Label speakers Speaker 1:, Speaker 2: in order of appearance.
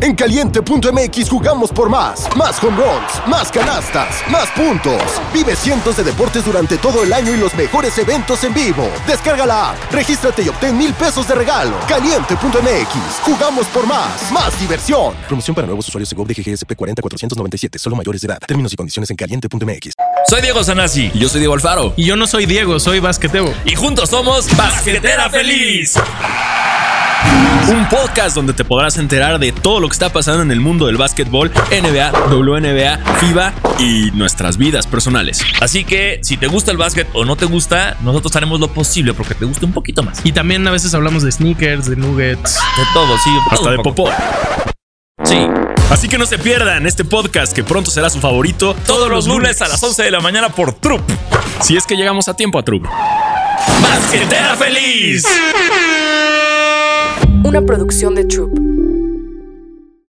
Speaker 1: En caliente.mx jugamos por más. Más home runs, más canastas, más puntos. Vive cientos de deportes durante todo el año y los mejores eventos en vivo. Descarga la app, regístrate y obtén mil pesos de regalo. Caliente.mx, jugamos por más. Más diversión.
Speaker 2: Promoción para nuevos usuarios de GOV de GGSP 40497, solo mayores de edad. Términos y condiciones en caliente.mx.
Speaker 3: Soy Diego Sanasi.
Speaker 4: Y yo soy Diego Alfaro.
Speaker 5: Y yo no soy Diego, soy Basquetebo.
Speaker 3: Y juntos somos Basquetera Feliz.
Speaker 4: Un podcast donde te podrás enterar de todo lo que está pasando en el mundo del básquetbol, NBA, WNBA, FIBA y nuestras vidas personales.
Speaker 3: Así que si te gusta el básquet o no te gusta, nosotros haremos lo posible porque te guste un poquito más.
Speaker 5: Y también a veces hablamos de sneakers, de nuggets,
Speaker 3: de todo, sí,
Speaker 4: hasta de popó.
Speaker 3: Sí.
Speaker 4: Así que no se pierdan este podcast que pronto será su favorito
Speaker 3: todos, todos los lunes, lunes a las 11 de la mañana por Troop.
Speaker 4: Si es que llegamos a tiempo a Troop.
Speaker 3: ¡Basquetera feliz!
Speaker 6: Una producción de Troop.